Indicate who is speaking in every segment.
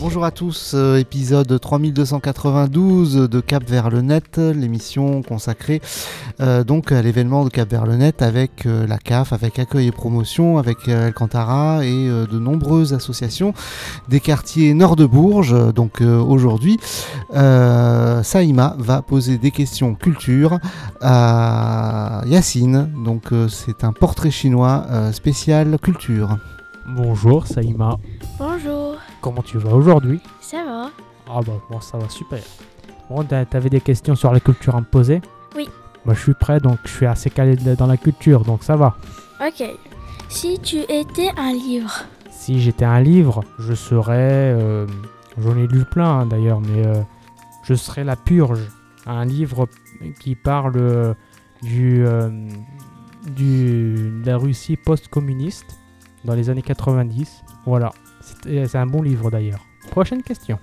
Speaker 1: Bonjour à tous, euh, épisode 3292 de Cap vers le net, l'émission consacrée euh, donc à l'événement de Cap vers le net avec euh, la CAF, avec Accueil et Promotion, avec euh, Alcantara et euh, de nombreuses associations des quartiers nord de Bourges. Donc euh, aujourd'hui, euh, Saïma va poser des questions culture à Yacine. Donc euh, c'est un portrait chinois euh, spécial culture.
Speaker 2: Bonjour Saïma,
Speaker 3: Bonjour,
Speaker 2: comment tu vas aujourd'hui
Speaker 3: ça va
Speaker 2: Ah bah moi ça va super. Bon, t'a- t'avais des questions sur la culture à me poser
Speaker 3: Oui.
Speaker 2: Moi je suis prêt donc je suis assez calé de- dans la culture donc ça va.
Speaker 3: Ok. Si tu étais un livre,
Speaker 2: Si j'étais un livre, je serais... euh, J'en ai lu plein hein, d'ailleurs mais euh, je serais La Purge, un livre qui parle euh, du, euh, du, de la Russie post-communiste dans les années 90. Voilà, C'était- c'est un bon livre d'ailleurs. Prochaine question.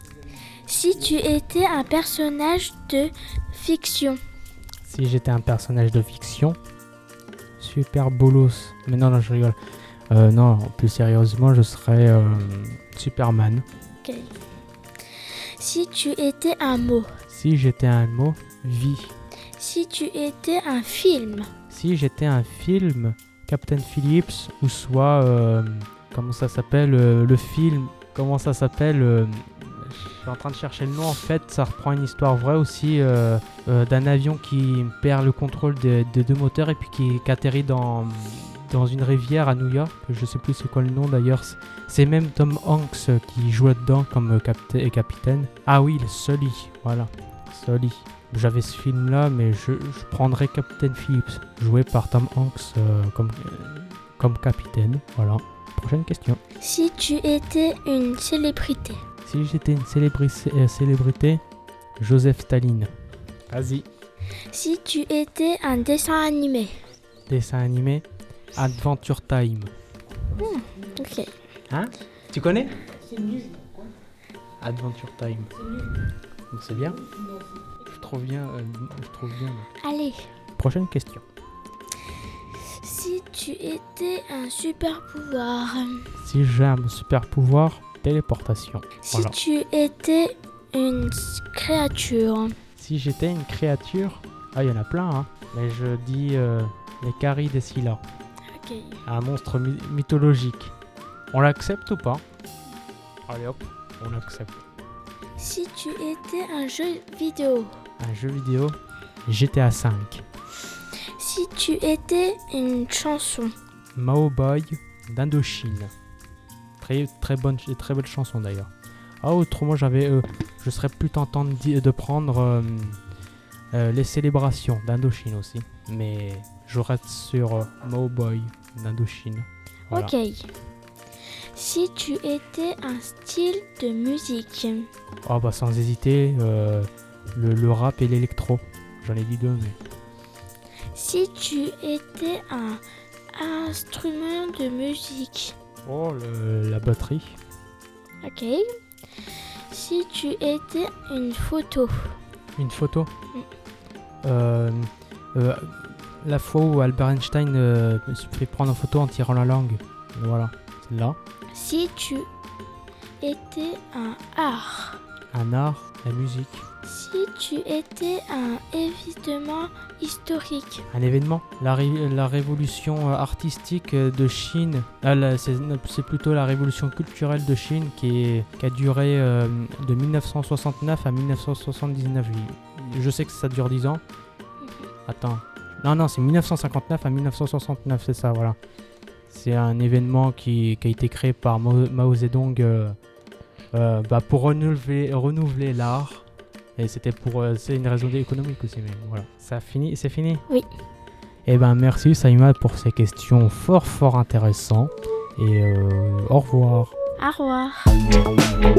Speaker 3: si tu étais un personnage de fiction,
Speaker 2: Si j'étais un personnage de fiction, Super Bolos. Mais non, non, je rigole. Euh, non, plus sérieusement, je serais euh, Superman.
Speaker 3: si tu étais un mot,
Speaker 2: Si j'étais un mot, vie.
Speaker 3: si tu étais un film,
Speaker 2: Si j'étais un film, Captain Phillips, ou soit. euh, comment ça s'appelle euh, Le film. Comment ça s'appelle euh, Je suis en train de chercher le nom en fait. Ça reprend une histoire vraie aussi euh, euh, d'un avion qui perd le contrôle des des deux moteurs et puis qui, qui atterrit dans, dans une rivière à New York. Je sais plus c'est quoi le nom d'ailleurs. C'est- C'est même Tom Hanks euh, qui jouait dedans comme euh, capta- et capitaine. Ah oui, le Sully. Voilà. Sully. J'avais ce film là, mais je, je prendrais Captain Phillips, joué par Tom Hanks euh, comme, euh, comme capitaine. Voilà. Prochaine question.
Speaker 3: si tu étais une célébrité,
Speaker 2: Si j'étais une célébri- euh, célébrité, Joseph Staline. Vas-y.
Speaker 3: si tu étais un dessin animé.
Speaker 2: Dessin animé, Adventure Time.
Speaker 3: Ok.
Speaker 2: Tu connais Adventure Time. Donc c'est bien Je trouve bien. euh, je trouve bien.
Speaker 3: Allez,
Speaker 2: Prochaine question.
Speaker 3: si tu étais un super pouvoir,
Speaker 2: Si j'aime super pouvoir, téléportation.
Speaker 3: si
Speaker 2: Voilà.
Speaker 3: tu étais une créature,
Speaker 2: Si j'étais une créature, ah il y en a plein, hein. mais je dis euh, les caries des Scylla,
Speaker 3: ok.
Speaker 2: un monstre my- mythologique. On l'accepte ou pas Allez hop, on accepte.
Speaker 3: Si tu étais un jeu vidéo,
Speaker 2: Un jeu vidéo, GTA V,
Speaker 3: si tu étais une chanson,
Speaker 2: Mao Boy d'Indochine. Très, très bonne ch- très belle chanson d'ailleurs. Ah autrement j'avais, euh, je serais plus tentant de, di- de prendre euh, euh, les célébrations d'Indochine aussi, mais je reste sur euh, Mao Boy d'Indochine. Voilà.
Speaker 3: ok. Si tu étais un style de musique,
Speaker 2: Ah bah sans hésiter, euh, le, le rap et l'électro. J'en ai dit deux, mais...
Speaker 3: si tu étais un instrument de musique,
Speaker 2: Oh, le- la batterie.
Speaker 3: ok. Si tu étais une photo,
Speaker 2: Une photo.
Speaker 3: Mm.
Speaker 2: Euh, euh, la fois où Albert Einstein euh, se fait prendre en photo en tirant la langue. Voilà, là.
Speaker 3: si tu étais un art,
Speaker 2: Un art, la musique.
Speaker 3: si tu étais un évidement historique,
Speaker 2: Un événement. La, ré- la révolution euh, artistique euh, de Chine. Ah, là, c'est c'est plutôt la révolution culturelle de Chine qui, est- qui a duré euh, de 1969 à 1979. Je- Je sais que ça dure 10 ans.
Speaker 3: Mhm.
Speaker 2: Attends. Non, non, c'est 1959 à 1969, c'est ça, voilà. C'est un événement qui, qui a été créé par Mao, Mao Zedong euh, euh, bah, pour renouveler, renouveler l'art. Et c'était pour. euh, c'est une raison économique aussi, mais voilà. Ça fini, c'est fini
Speaker 3: Oui.
Speaker 2: Eh ben, merci Saïma pour ces questions fort, fort intéressantes. Et euh, au revoir.
Speaker 3: au revoir.